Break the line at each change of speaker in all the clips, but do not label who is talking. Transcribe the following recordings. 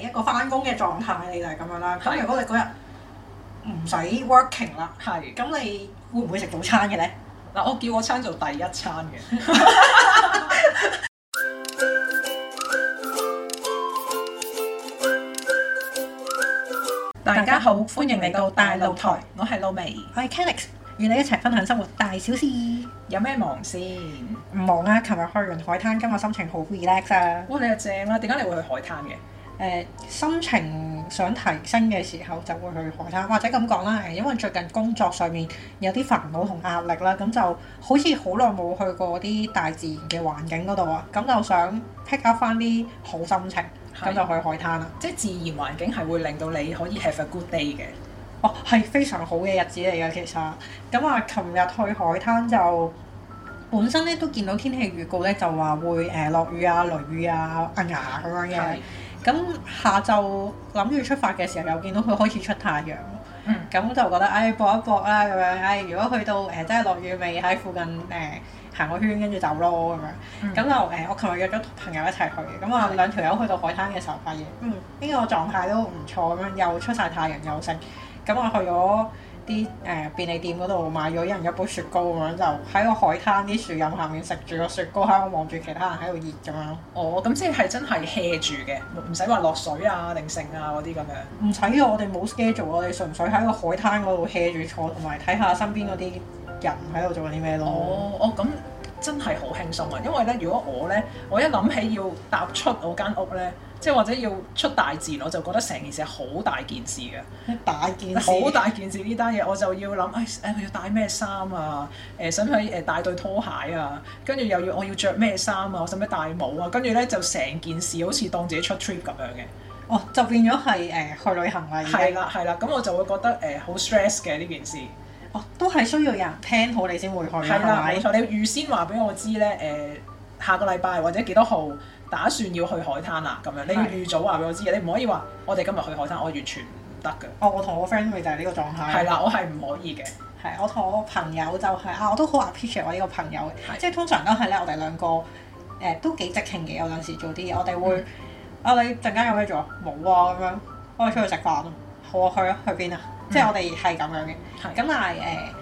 一個翻工嘅狀態，你就係咁樣啦。咁如果你嗰日唔使 working 啦，
係
咁你會唔會食早餐嘅咧？
嗱，我叫我餐做第一餐嘅，
大家好歡迎嚟到大露台，
我係露媚，
我係 Kenix，與你一齊分享生活大小事。
有咩忙先？
唔忙啊！琴日去完海灘，今日心情好 relax 啊！
哇，你又正啦，點解你會去海灘嘅？
誒、心情想提升嘅時候就會去海灘，或者咁講啦誒，因為最近工作上面有啲煩惱同壓力啦，咁就好似好耐冇去過啲大自然嘅環境嗰度啊，咁就想 pick up 翻啲好心情，咁
係
就去海灘啦。
即係自然環境係會令到你可以 have a good day 嘅。
哦，係非常好嘅日子嚟㗎，其實咁啊，琴日去海灘就本身咧都見到天氣預告咧，就話會誒落、雨啊、雷雨啊、壓牙咁樣嘅。咁下晝諗住出發嘅時候，又見到佢開始出太陽，
嗯
咁就覺得唉搏一搏啦咁樣。唉，如果去到誒、真係落雨未喺附近誒行個圈，跟住走咯咁樣。
嗯
咁就誒、我琴日約咗朋友一齊去嘅，咁啊兩條友去到海灘嘅時候，發現嗯呢、個狀態都唔錯咁樣，又出晒太陽又盛，咁我去咗啲誒便利店嗰度買咗一人一杯雪糕咁樣，就喺個海灘啲樹蔭下面食住個雪糕，喺度望住其他人喺度熱咁樣，
哦，咁即係真係 hea 住嘅，唔使話落水啊、定性啊嗰啲咁樣。
唔使嘅，我哋冇 schedule，我哋純粹喺個海灘嗰度 hea 住坐，同埋睇下身邊嗰啲人喺度做緊啲咩咯。
哦，哦，咁真係好輕鬆啊！因為咧，如果我咧，我一諗起要踏出我間屋咧，即係或者要出大自然，我就覺得成件事係好大件事嘅。
大件事，
好大件事呢單嘢，我就要諗，誒誒，我要帶咩衫啊？誒，使唔使誒帶對拖鞋啊？跟住又要我要着咩衫啊？我使唔使戴帽啊？跟住咧就成件事好似當自己出 trip 咁樣嘅。
哦就變咗係啊誒去旅行啦，已經
係。啦係啦，咁我就會覺得誒好 stress 嘅呢件事。
哦，都係需要有人 plan 好你先會去嘅，
係啦，冇
咪？
錯，你要預先話俾我知咧，誒下個禮拜或者幾多號打算要去海灘啦，咁樣你要
係
預早話俾我知嘅，你唔可以話我哋今日去海灘，我完全唔得嘅。
哦，我同我 friend 咪就係呢個狀態。
係，啦，我係唔可以嘅。
係我同我朋友就係、啊，我都好 appreciate 我呢個朋友嘅，
係
即係通常都係咧，我哋兩個誒、都幾即興嘅，有陣時做啲嘢，我哋
嗯
會、啊你陣間有咩做啊？冇啊咁樣，我哋出去食飯咯。好啊，去啊，去邊啊？
嗯
即係我哋係咁樣嘅。
係
咁但係誒、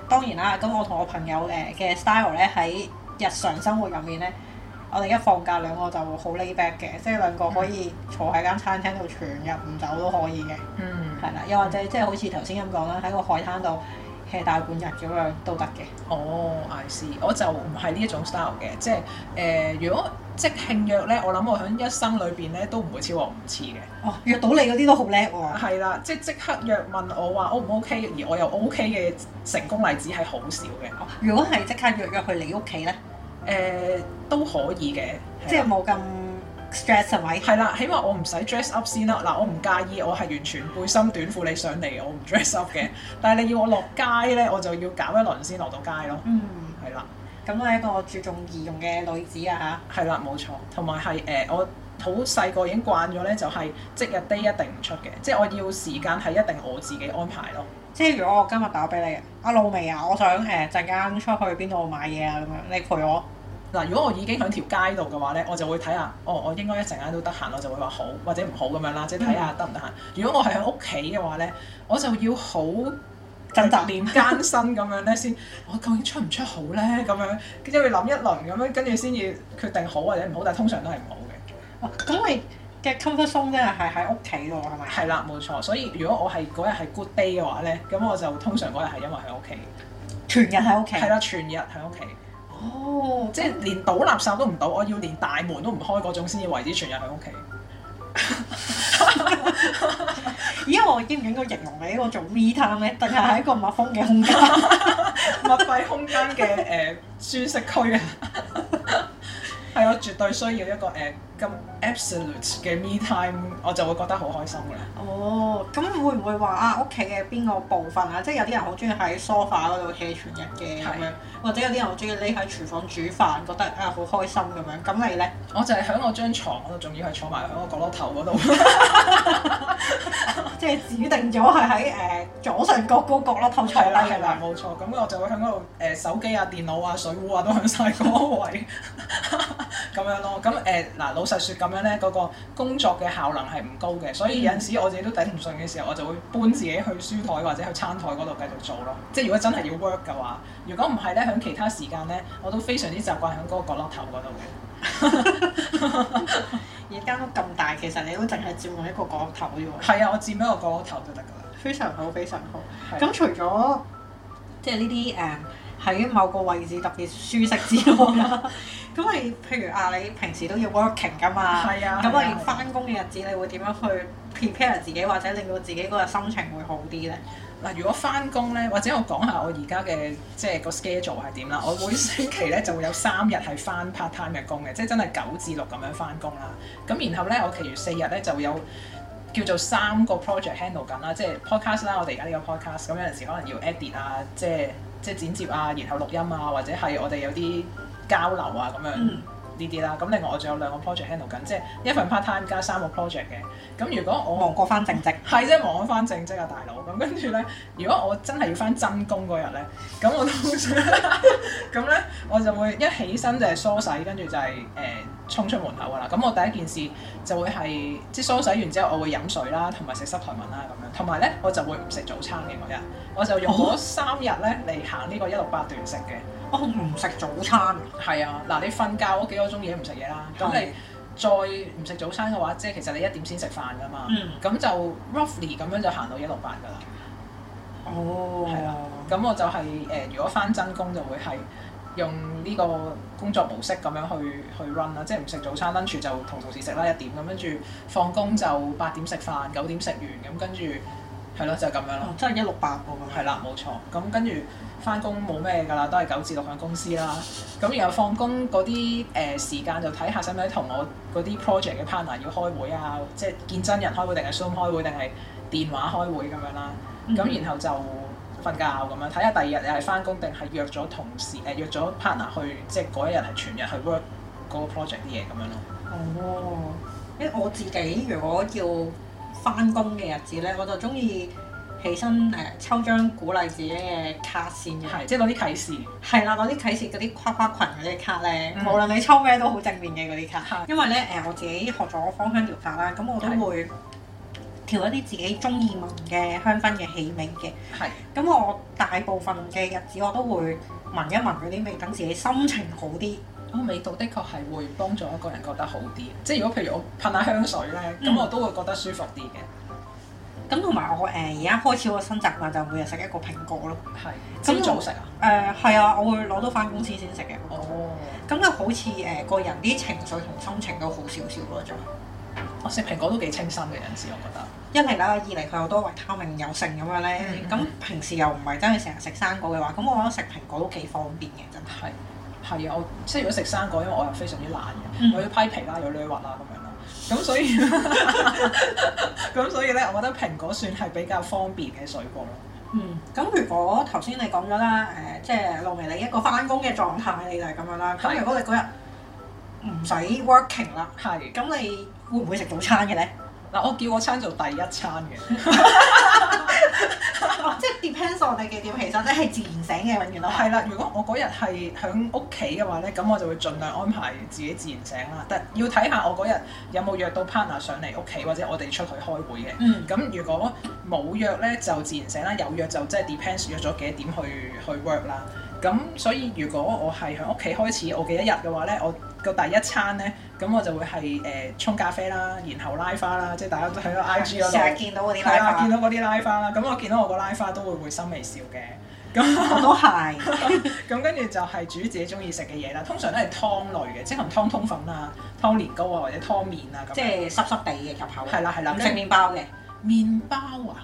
當然啦，咁我同我朋友誒嘅 style 咧喺日常生活入面咧，我哋一放假兩個就好 lay back 嘅，即係兩個可以坐喺間餐廳度全日唔走都可以嘅，
嗯，
係啦。又或者即係好似頭先咁講啦，喺個海灘度 hea 大半日咁樣都得嘅。
哦，I see，我就唔係呢一種 style 嘅，即係誒、如果即興約咧，我諗我喺一生裏邊咧都唔會超過五次嘅。
哦，約到你嗰啲都好叻喎。
係啦，即係即刻約問我話 O 唔 OK，而我又 OK 嘅成功例子係好少嘅。誒、
如果係即刻約約去你屋企咧，
都可以嘅，
即係冇咁 stress 係咪？
係啦，起碼我唔使 dress up 先啦。嗱，我唔介意，我係完全背心短褲你上嚟，我唔 dress up 嘅。但係你要我落街咧，我就要搞一輪先落到街咯。
嗯，
係啦，
咁我係一個注重儀容嘅女子啊
係啦，冇錯。同埋係誒，我好細個已經慣咗咧，就係、即日 day 一定唔出嘅，即係我要時間係一定我自己安排咯。
嚇。即係如果我今日打俾你，阿露媚啊，我想誒陣間出去邊度買嘢啊咁樣，你陪我。
嗱，如果我已經喺條街度嘅話咧，我就會睇下，哦，我應該一陣間都得閒，我就會話好或者唔好咁樣啦，即係睇下得唔得閒。如果我係喺屋企嘅話咧，我就要好
掙扎
練艱辛咁樣咧，先我究竟出唔出好咧？咁樣跟住要諗一輪咁樣，跟住先至決定好或者唔好，但係通常都係唔好嘅。
哦，咁你嘅 comfort zone 真係係喺屋企咯，係咪？
係啦，冇錯。所以如果我係嗰日係 good day 嘅話咧，咁我就通常嗰日係因為喺屋企，
全日喺屋企。
係啦，全日喺屋企，
哦，
即係連倒垃圾都唔倒，我要連大門都唔開嗰種先至為之全日喺屋企。
咦，我應唔應該形容你呢個做 me time 咧，定係喺一個密封嘅空 間？
密閉空間嘅誒舒適區啊， 係我絕對需要一個誒咁、absolute 嘅 me time，我就會覺得好開心噶啦。
哦，咁會唔會話啊屋企嘅邊個部分啊？即係有啲人好中意喺 sofa 嗰度 hea 全日嘅咁樣
係，
或者有啲人好中意匿喺廚房煮飯，覺得啊好開心咁樣。咁你咧？
我就係喺我張床嗰度，仲要係坐埋喺我角落頭嗰度，
即係指定咗係喺誒左上角嗰個角落頭坐低
係啦
㗎
係啦
啦。
冇錯。呃咁我就會喺嗰度誒手機啊、電腦啊、水壺啊都響晒嗰個位， 咁樣咯。咁誒嗱，老實説咁樣咧，嗰、個工作嘅效能係唔高嘅，所以有陣時我自己都頂唔順嘅時候，我就會搬自己去書台或者去餐台嗰度繼續做咯。即係如果真係要 work 嘅話，如果唔係咧，喺其他時間咧，我都非常之習慣喺嗰個角落頭嗰度嘅。
而間屋咁大，其實你都淨係佔用一個角落頭啫喎，
係啊，我佔一個角落頭就得㗎啦。
非常好，非常好。
係
咁除咗即係呢啲誒喺某個位置特別舒適之外 啦，咁你譬如啊，你平時都要 working 噶嘛，
係啊係
咁
啊
你翻工嘅日子，你會點樣去 prepare 自己，或者令到自己嗰個心情會好啲咧？
嗱，如果翻工咧，或者我講下我而家嘅即係個 schedule 係點啦。我每星期咧就會有三日係翻 part time 嘅工嘅，即係真係九至六咁樣翻工啦。咁然後咧，我其餘四日咧就會有叫做三個 project handle 緊啦，即係 podcast 啦，我哋而家呢個 podcast 咁有陣時可能要 edit 啊，即係即係剪接啊，然後錄音啊，或者係我哋有啲交流啊咁樣。
嗯
呢啲啦，咁另外我仲有兩個 project handle 緊，即係一份 part time 加三個 project 嘅。咁如果我
忙過翻正職，
係啫，忙翻正職啊，大佬。咁跟住咧，如果我真係要翻真工嗰日咧，咁我通常 咁咧，我就會一起身就係梳洗，跟住就係、誒、衝出門口啊噶啦。咁我第一件事就會係即係梳洗完之後，我會飲水啦，同埋食濕台文啦咁樣。同埋咧，我就會唔食早餐嘅嗰日，我就用嗰三日咧嚟行呢個一六八段食嘅。
我唔食早餐，
係啊，嗱，你瞓覺嗰幾個鐘嘢唔食嘢啦，咁
係
你再唔食早餐嘅話，即係其實你一點先食飯噶嘛
嗯，
咁、就 roughly 咁樣就行到一六八噶啦。
哦，
係啦，咁我就係、呃如果翻真工就會係用呢個工作模式咁樣去去 run 啦，即係唔食早餐，lunch 就同同事食啦一點咁，跟住放工就八點食飯，九點食完咁，跟住係咯就咁樣咯
哦，。真係一六八喎，
係啦，冇錯。咁跟住翻工冇咩㗎啦，都係九至六喺公司啦。咁然後放工嗰啲誒時間就睇下使唔使同我嗰啲 project 嘅 partner 要開會啊，即係見真人開會定係 Zoom 開會定係電話開會咁樣啦。咁、
嗯
然後就瞓覺咁樣，睇下第二日你係翻工定係約咗同事誒、呃約咗 partner 去，即係嗰一日係全日去 work 嗰個 project 啲嘢咁樣咯。
哦，因為我自己如果要翻工嘅日子咧，我就中意起身誒、抽張鼓勵自己嘅卡先嘅。
係，即係攞啲啟示。
係啦，攞啲啟示嗰啲跨跨群嗰啲卡咧，
嗯
無論你抽咩都好正面嘅嗰啲卡。
係
因為咧誒，我自己學咗芳香療法啦，咁我都
係
會調一啲自己中意聞嘅香薰嘅氣味嘅。
係
咁我大部分嘅日子我都會聞一聞嗰啲味，等自己心情好啲。
我味哦道的確係會幫助一個人覺得好啲，即係如果譬如我噴下香水咧，咁、
嗯
我都會覺得舒服啲嘅。
咁同埋我呃誒而家開始我新習慣就每日食一個蘋果咯。
係
咁
朝
我
早食啊？
誒係啊，我會攞到翻公司先食嘅。
哦，
咁就好似誒個人啲情緒同心情都好少少咯，就
我食蘋果都幾清新嘅有陣時，我覺得。
一嚟啦，二嚟佢有多維他命有剩咁樣咧
嗯。
咁平時又唔係真係成日食生果嘅話，咁我覺得食蘋果都幾方便嘅，真係。
係係啊，我即係如果食生果，因為我又非常之懶嘅，
嗯
我要批皮啦，又要捋核啦咁樣啦。咁所以咁所以咧，我覺得蘋果算係比較方便嘅水果咯。
嗯。咁如果頭先你講咗啦，誒即係露媚你一個翻工嘅狀態，你就係咁樣啦。咁
係
如果你嗰日唔使 working 啦，
係
咁你會唔會食早餐嘅咧？
嗱，我叫我餐做第一餐嘅，
哦即係 depends on 你幾點起身，即係自然醒嘅永遠都係。
係啦。如果我嗰日係喺屋企嘅話咧，咁我就會盡量安排自己自然醒啦。但要睇下我嗰日有冇約到 partner 上嚟屋企，或者我哋出去開會嘅。
嗯。
咁如果冇約咧，就自然醒啦；有約就即係 depends 約咗幾點去去 work 啦。咁所以如果我係喺屋企開始我嘅一日嘅話咧，我個第一餐咧，咁我就會係誒、呃、沖咖啡啦，然後拉花啦，即係大家都喺個 IG 嗰
啊成日
度，
見到嗰啲啊
係
拉
啦，
花，
見到嗰啲拉花啦。咁我見到我個拉花都會會心微笑嘅。咁
我都係。
咁跟住就係煮自己中意食嘅嘢啦，通常都係湯類嘅，即係可能湯通粉啊、湯年糕啊或者湯麵啊咁。
即係濕濕地嘅入口。
係啦係啦
唔食麵包嘅。
麵包啊，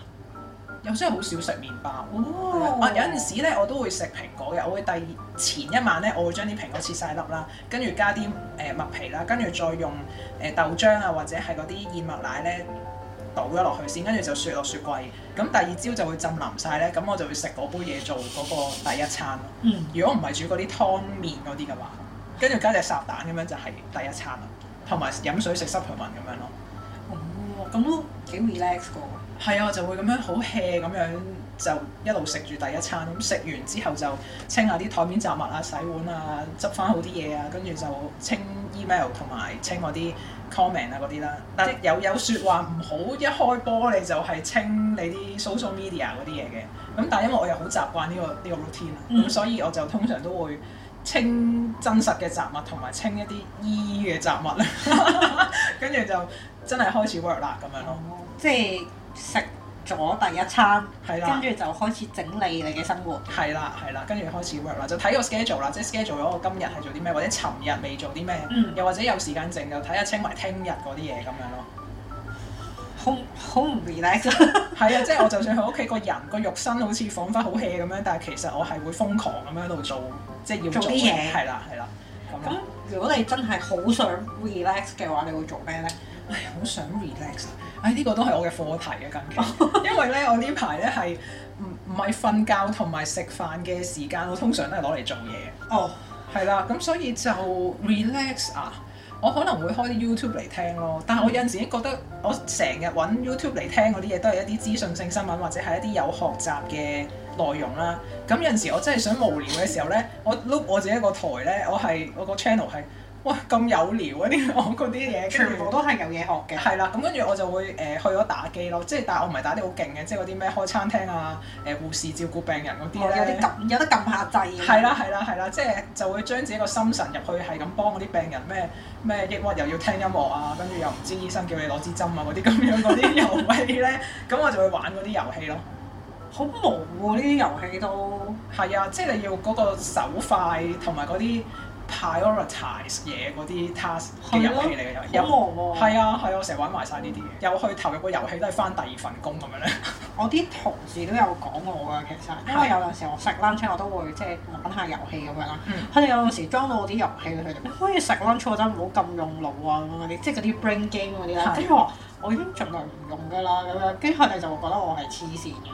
又真係好少食麵包。
哦
啊，有陣時咧，我都會食蘋果嘅。我會第二前一晚咧，我會將啲蘋果切晒粒啦，跟住加啲誒麥皮啦，跟住再用誒、呃豆漿啊，或者係嗰啲燕麥奶咧倒咗落去先，跟住就雪落雪櫃。咁第二朝就會浸腍晒咧，咁我就會食嗰杯嘢做嗰個第一餐咯。
嗯，
如果唔係煮嗰啲湯麵嗰啲嘅話，跟住加隻烚蛋咁樣就係第一餐啦，同埋飲水食濕皮文咁樣咯。
哦，咁都幾 relax 嘅
係啊，我就會咁樣好 hea 咁樣就一路食住第一餐，咁食完之後就清下啲台面雜物啊、洗碗啊、執翻好啲嘢啊，跟住就清 email 同埋清我啲 comment 啊嗰啲啦。但係有有説話唔好一開波你就係清你啲 social media 嗰啲嘢嘅，咁但係因為我又好習慣呢、個呢、個 routine 啊，咁、
嗯
所以我就通常都會。清真實嘅雜物同埋清一啲醫嘅雜物咧， 跟住就真係開始 work 啦咁樣咯，
喎，即係食咗第一餐，
係啦。
跟住就開始整理你嘅生活。
係啦，係啦，跟住開始 work 啦，就睇個 schedule 啦，即係 schedule 咗我今日係做啲咩，或者尋日未做啲咩，
嗯
又或者有時間剩就睇下清埋聽日嗰啲嘢咁樣咯。
好好唔 relax 啊！
係啊，即係我就算喺屋企個人個肉身好似彷彿好 hea 咁樣，但係其實我係會瘋狂咁樣喺度做，即係要
做啲
嘅
嘢
係啦，係啦，咁樣
咁如果你真係好想 relax 嘅話，你會做咩呢？
唉，好想 relax 啊！唉，呢、個都係我嘅課題啊，近 期，因為咧我呢排咧係唔唔係瞓覺同埋食飯嘅時間，我通常都係攞嚟做嘢。
哦，
係啦，咁所以就 relax 啊。我可能會開啲 YouTube 嚟聽咯，但係我有陣時已經覺得我成日揾 YouTube 嚟聽嗰啲嘢都係一啲資訊性新聞或者係一啲有學習嘅內容啦。咁有陣時我真係想無聊嘅時候呢，我 look 我自己個台呢，我係我個 channel 係哇咁有聊嗰啲我 嗰啲嘢，
全部哦都係有嘢學嘅。
係啦，咁跟住我就會誒、呃去咗打機咯，即係但係我唔係打啲好勁嘅，即係嗰啲咩開餐廳啊、誒、護士照顧病人嗰
哦
啲咧。
有啲撳，有得撳下掣。
係啦，係啦係啦，即係就會將自己個心神入去，係咁幫嗰啲病人咩咩抑鬱又要聽音樂啊，跟住又唔知醫生叫你攞支針啊嗰啲咁樣嗰啲遊戲咧，咁我就會玩嗰啲遊戲咯。
好無喎呢啲遊戲都。
係啊，即係你要嗰個手快同埋嗰啲 prioritize 嘢嗰啲 task 嘅遊戲嚟嘅遊戲。
好
有
忙喎。
係啊係啊，我成日玩埋晒呢啲嘢，又去投入個遊戲都係翻第二份工咁樣咧。
我啲同事都有講我㗎，其實，因為有陣時我食 lunch 我都會即係玩下遊戲咁樣啦
嗯。
佢哋、有陣時裝到我啲遊戲佢哋，你可以食 lunch 嗰陣唔好咁用腦啊咁樣嗰啲，即係嗰啲 brain game 嗰啲啦。
係
跟住我話我已經盡量唔用㗎啦咁樣，跟住佢哋就會覺得我係黐線嘅。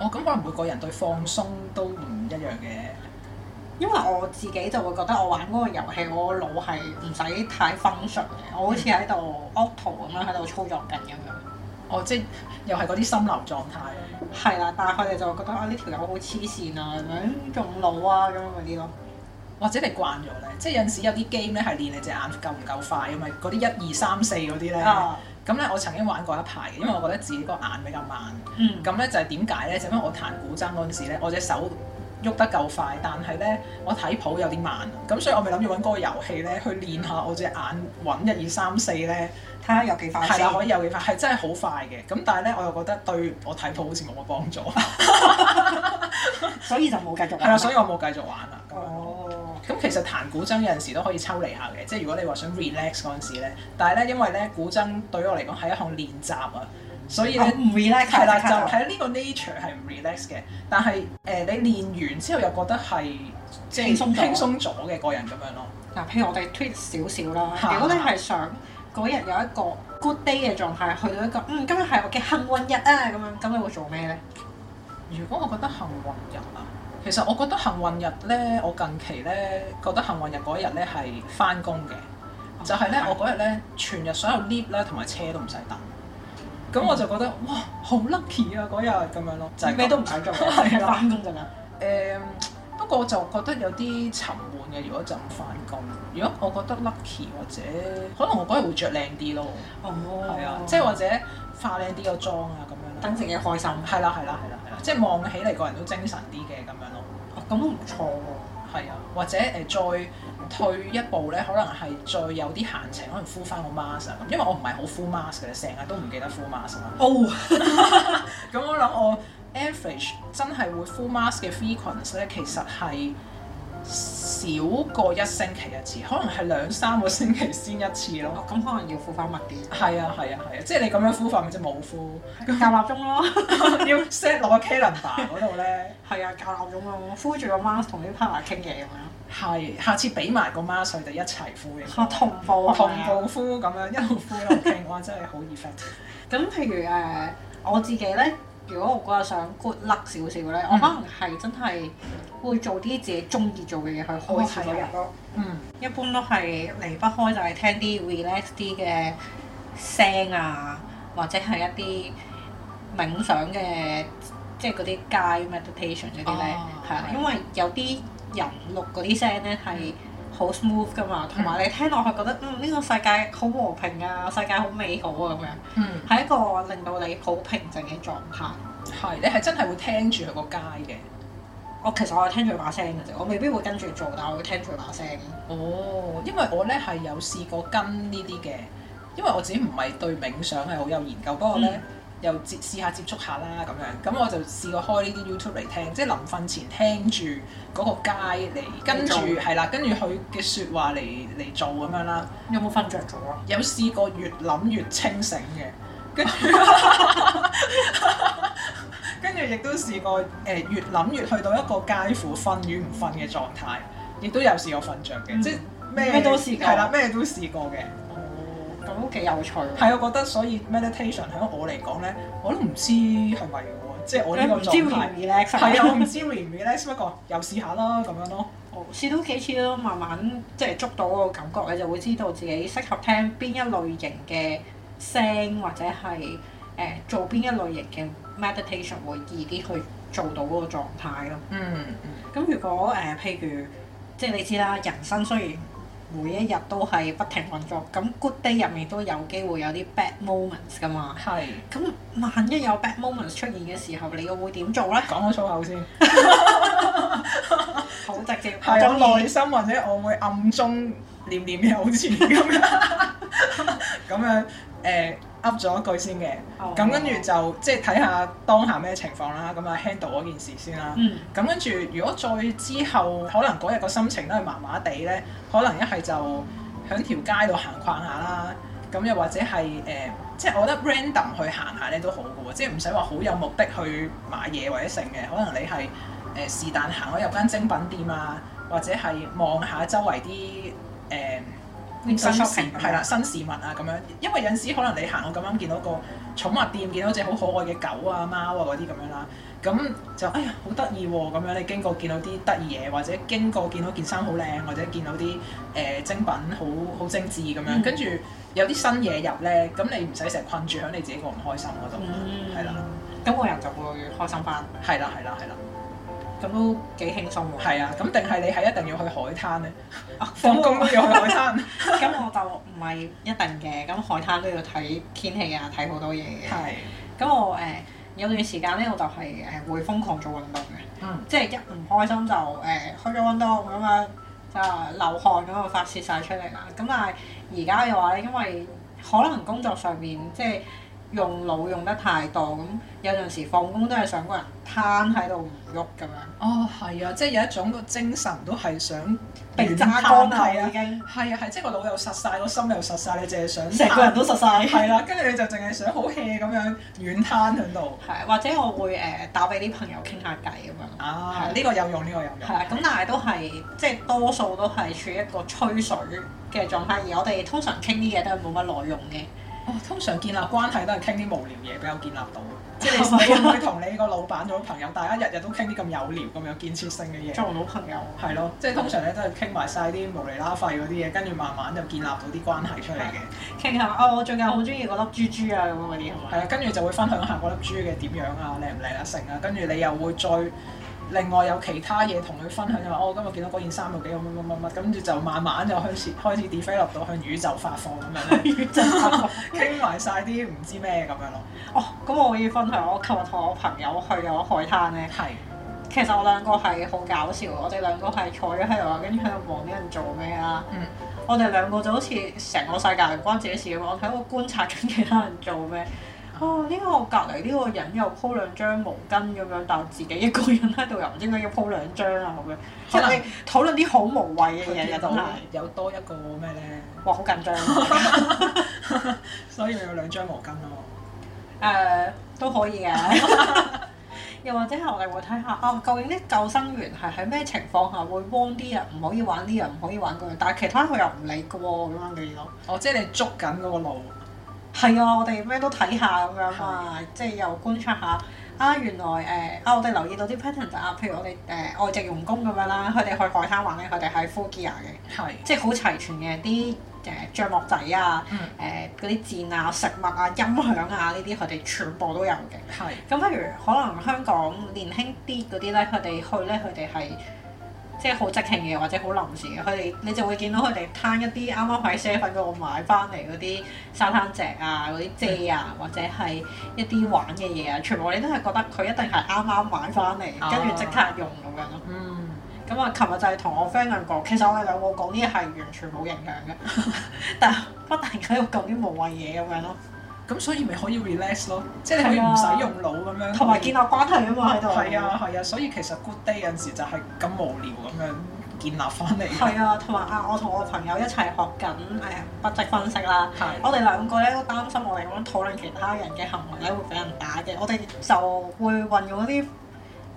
我哦咁可能每個人對放鬆都唔一樣嘅。
因為我自己就會覺得我玩嗰個遊戲，我個腦係唔使太 function 嘅，我好似喺
嗯
度 auto 咁樣喺度操作緊咁樣。
哦，即係又係嗰啲心流狀態。啊
係啦，但係佢哋就會覺得啊呢條友好黐線啊咁樣用腦啊咁樣嗰啲咯。
或者你慣咗咧，即係有陣時有啲 game 咧係練你隻眼夠唔夠快咁咪嗰啲一二三四嗰啲咧。
啊，
咁咧、我曾經玩過一排嘅，因為我覺得自己個眼比較慢。
嗯，
咁咧就係點解咧？就因為我彈古箏嗰陣時咧，我隻手喐得夠快，但係咧我睇譜有啲慢，咁所以我咪諗住揾嗰個遊戲咧去練下我隻眼揾一二三四咧，
睇下有幾快
係
啊先
啦。可以有幾快，係真係好快嘅。咁但係咧我又覺得對我睇譜好似冇乜幫助，
啊
係
所以就冇繼續玩
啦， 所以我冇繼續玩啦。咁樣
哦，
咁其實彈古箏有陣時都可以抽離下嘅，即係如果你話想 relax 嗰陣時咧，但係咧因為咧古箏對於我嚟講係一項練習啊，所以
我
咧
唔 relax
係啦，
即
就
刻
係呢個 nature 係唔 relax 嘅，但係誒、你練完之後又覺得係即
輕
係
鬆咗
輕鬆咗嘅個人咁樣咯，
嗱，譬如我哋 tweet 少少啦，
嚇
如果你係想嗰日有一個 good day 嘅狀態，去到一個嗯今日係我嘅幸運日啊咁樣，咁你會做咩咧？
如果我覺得幸運日啊，其實我覺得幸運日咧，我近期咧覺得幸運日嗰一日咧係翻工嘅。就係咧，我嗰日咧全日所有 lift 啦同埋車都唔使等，咁我就覺得哇好 lucky 啊嗰日咁樣咯，就係咁
嗯咩都唔使做， 啊
係啦
翻工㗎啦。
誒。不過我就覺得有啲沉悶嘅，如果就咁翻工。如果我覺得 lucky 或者可能我嗰日會着靚啲咯，
哦
係啊，即係或者化靚啲個妝啊咁樣咯。
等自己開心，
係啦係啦係啦係啦，即係望起嚟個人都精神啲嘅咁樣咯。
哦咁都唔錯喎。
係啊，或者誒、呃再退一步咧，可能係再有啲閒情，可能敷翻個 mask 啊咁，因為我唔係好敷 mask 嘅，成日都唔記得敷 mask 啊。
哦，
咁我諗我 average 真係會敷 mask 嘅 frequency 咧，其實係少過一星期一次，可能係兩三個星期先一次咯。
哦咁可能要付翻密啲，
係啊係啊係啊，即係你咁樣敷法咪即係冇敷，
教鬧鐘咯。
要 set 落個 calendar 嗰度咧。
係啊，教鬧鐘咯，敷住個 mask 同啲 partner 傾嘢咁樣，
係，下次俾埋個 mask 佢哋一齊敷嘅。
嚇同步啊。
同步敷咁樣一路敷一路傾，哇！真係好 effective。
咁譬如誒、我自己咧，如果我嗰日想 good luck 少少
嗯
咧，我可能係真係會做啲自己中意做嘅嘢去開始嗰日咯。
嗯，
一般都係離不開就係聽啲 relax 啲嘅聲啊，或者係一啲冥想嘅，即係嗰啲 guide meditation 嗰啲咧
哦，
係啊，
係
因為有啲人錄嗰啲聲咧係好 smooth 噶嘛，同埋你聽落去覺得嗯呢個世界好和平啊，世界好美好啊咁樣，
嗯，
係一個令到你好平靜嘅狀態。
係你係真係會聽住佢個街嘅。
我其實我係聽住佢把聲嘅啫，我未必會跟住做，但係我會聽住佢把聲。
哦，因為我咧係有試過跟呢啲嘅，因為我自己唔係對冥想係好有研究，不過咧、
嗯
又接試下接觸下啦咁樣，咁我就試過開呢啲 YouTube 嚟聽，即係臨瞓前聽住嗰個街嚟，跟住
做
係啦，跟住佢嘅説話嚟嚟做咁樣啦。
有冇瞓着咗啊？
有試過越諗越清醒嘅，跟住 跟住亦都試過誒、呃越諗越去到一個介乎瞓與唔瞓嘅狀態，亦都有試過瞓着嘅，
嗯
即係
咩都試過
係啦，咩都試過嘅。
哦，咁都幾有趣喎。
係，我覺得所以 meditation 喺我嚟講咧，我都唔知係咪喎，即係我呢個
唔知會
狀
唔
態。
會 relax
係啊，我唔知 re 唔 relax，不過又試下啦咁樣咯。
我試到幾次咯，慢慢即係捉到個感覺，你就會知道自己適合聽邊一類型嘅聲，或者係誒、呃做邊一類型嘅 meditation 會易啲去做到嗰個狀態咯。
嗯
咁如果誒、呃譬如即係你知啦，人生雖然每一日都係不停運作，咁 good day 入面都有機會有啲 bad moments 噶嘛。
係
咁萬一有 bad moments 出現嘅時候，你又會點做呢？
講好粗口先。
好直接，我
係
中
我
意
內心或者我會暗中念念有詞咁樣，咁樣誒噏咗一句先嘅，
哦
咁跟住就即係睇下當下咩情況啦，咁啊 handle 嗰件事先啦。
嗯
咁跟住，如果再之後可能嗰日個心情都係麻麻地咧，可能一係就喺條街度行逛下啦，咁又或者係誒、呃即係我覺得 random 去行下咧都好嘅喎，即係唔使話好有目的去買嘢或者剩嘅，可能你係誒是但行開入間精品店啊，或者係望下周圍啲誒。呃
呢個
新事
shopping
係啦，新事物啊咁樣，因為有陣時可能你行到咁啱見到個寵物店，見到隻好可愛嘅狗啊、貓啊嗰啲咁樣啦，咁就哎呀好得意喎咁樣，你經過見到啲得意嘢，或者經過見到件衫好靚，或者見到啲誒、呃精品好好精緻咁
嗯
樣，跟住、有啲新嘢入咧，咁你唔使成日困住喺你自己個唔開心嗰度，
嗯，
係啦、
咁個人就會開心翻，
係啦，係啦，係啦，
咁都幾輕鬆喎。
係啊，咁定係你係一定要去海灘咧？
啊
放工都要去海灘，
咁我就唔係一定嘅，咁海灘都要睇天氣啊，睇好多嘢嘅。
係，
咁我誒、呃有段時間咧，我就係誒會瘋狂做運動嘅，
嗯，
即係一唔開心就誒、呃、去咗運動咁樣，就流汗咁樣發泄晒出嚟啦。咁但係而家嘅話咧，因為可能工作上面即係用腦用得太多，咁有陣時放工都係想個人攤喺度唔喐咁樣。
哦，係啊，即係有一種個精神都係想
被
軟
榨乾
攤
啦，
係
已
啊，
經
係啊，係即係個腦又實晒，個心又實晒，你淨係想
成個人都實晒。
係啦，跟住你就淨係想好 hea 咁樣軟攤喺度
係，或者我會誒、呃打俾啲朋友傾下偈咁樣。
啊
係！
呢個有用，呢個有用，
係啦，咁但係都係即係多數都係處於一個吹水嘅狀態，而我哋通常傾啲嘢都係冇乜內容嘅。
哦，通常建立關係都係傾啲無聊嘢比較建立到，即係
係咪啊
你你會唔會同你個老闆做朋友，大家日日都傾啲咁有聊、咁有建設性嘅嘢？
做唔到朋友。
係咯，即係通常咧都係傾埋晒啲無厘啦廢嗰啲嘢，跟住慢慢就建立到啲關係出嚟嘅。
傾下哦，我最近好中意嗰粒珠珠啊咁嗰啲係
係
咪？
啊，跟住就會分享下嗰粒珠嘅點樣啊，靚唔靚啊，成啊，跟住你又會再另外有其他嘢同佢分享，就話哦，今日見到嗰件衫又幾好乜乜乜乜，跟住就慢慢就開始 開始 develop 到向宇宙發放咁樣咧，
真 係
傾埋晒啲唔知咩咁樣咯。
哦，咁我要分享我琴日同我朋友去咗海灘咧，
係，
其實我兩個係好搞笑，我哋兩個係坐咗喺度，跟住喺度望啲人做咩啦。
嗯，
我哋兩個就好似成個世界唔關自己事咁，我喺度觀察緊其他人做咩。哦，呢、個隔離呢個人又鋪兩張毛巾咁樣，但自己一個人喺度又唔知點解要鋪兩張啊咁樣，即
可能
係你討論啲好無謂嘅
佢
嘢，
見
真
到
係
有多一個咩咧，
哇好緊張。啊
所以咪有兩張毛巾咯。
誒、呃都可以嘅， 又或者係我哋會睇下啊，究竟啲救生員係喺咩情況下會 warn 啲人唔可以玩呢樣，唔可以玩嗰樣，但係其他佢又唔理嘅喎，咁樣嘅嘢咯。
哦，即係你捉緊嗰個路。
係啊，我哋咩都睇下咁樣啊，即係又觀察下啊，原來誒、呃啊，我哋留意到啲 pattern 就啊，譬如我哋誒、呃外籍傭工咁樣啦，佢哋去海灘玩咧，佢哋係 full gear 嘅，
係
即係好齊全嘅啲誒帳幕仔啊
嗯、
誒嗰啲箭啊、食物啊、音響啊呢啲，佢哋全部都有嘅。
係
咁譬如可能香港年輕啲嗰啲咧，佢哋去咧，佢哋係即係好即興嘅，或者好臨時嘅。佢哋你就會見到佢哋攤一啲啱啱喺 seven 嗰度買翻嚟嗰啲沙灘席啊、嗰啲遮啊，
嗯
或者係一啲玩嘅嘢啊，全部你都係覺得佢一定係啱啱買翻
哦
嚟，跟住即刻用咁樣咯。
嗯。
咁啊，琴日就係同我 friend 講，其實我哋兩個講啲嘢係完全冇影響嘅， 但係不停喺度講啲無謂嘢咁樣咯，
咁所以咪可以 relax 咯，即係你可以
係啊
唔使用腦咁樣，
同埋建立關係啊嘛喺度。
嗯係啊係啊，所以其實 good day 有陣時就係咁無聊咁樣建立翻嚟。
係啊，同埋啊，我同我朋友一齊學緊誒筆跡分析啦。
係
我哋兩個咧都擔心我哋咁樣討論其他人嘅行為咧會俾人打嘅，我哋就會運用一啲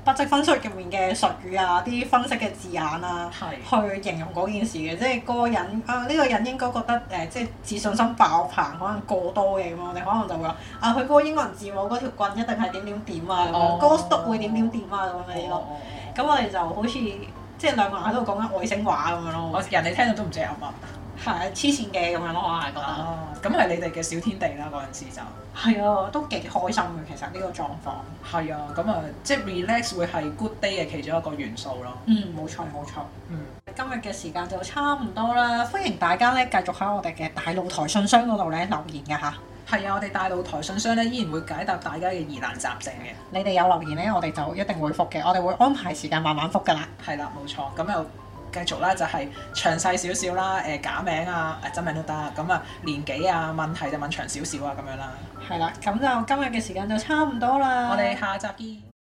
筆跡分析入面嘅術語啊，啲分析嘅字眼啊，
係
去形容嗰件事嘅，即係嗰個人啊，呢、個人應該覺得誒、即係自信心爆棚，可能過多嘅咁，我哋可能就會話啊，佢嗰個英文字母嗰條棍一定係點點點啊咁樣，
哦
嗰個 stop 會點點點啊咁樣嗰啲咯。
哦
咁我哋就好似即係兩個人喺度講緊外星話咁樣
我
咯，
人哋聽到都唔知係乜
係啊黐線嘅咁樣咯，我係覺得
啊！咁係你哋嘅小天地啦，嗰陣時就
係啊，都幾開心嘅其實呢個狀況。
係啊，咁啊，即係 relax 會係 good day 嘅其中一個元素咯。
嗯，冇錯冇錯。
嗯，
今日嘅時間就差唔多啦，歡迎大家咧繼續喺我哋嘅大露台信箱嗰度咧留言嘅嚇，
係啊，我哋大露台信箱咧依然會解答大家嘅疑難雜症嘅。
你哋有留言咧，我哋就一定會覆嘅，我哋會安排時間慢慢覆㗎啦。
係啦，冇錯。咁又繼續啦，就係詳細少少啦，誒、假名啊，誒真名都得。咁啊，年紀啊，問題就問長少少啊，咁樣啦。啊
係啦，咁就今日嘅時間就差唔多啦，
我哋下集見。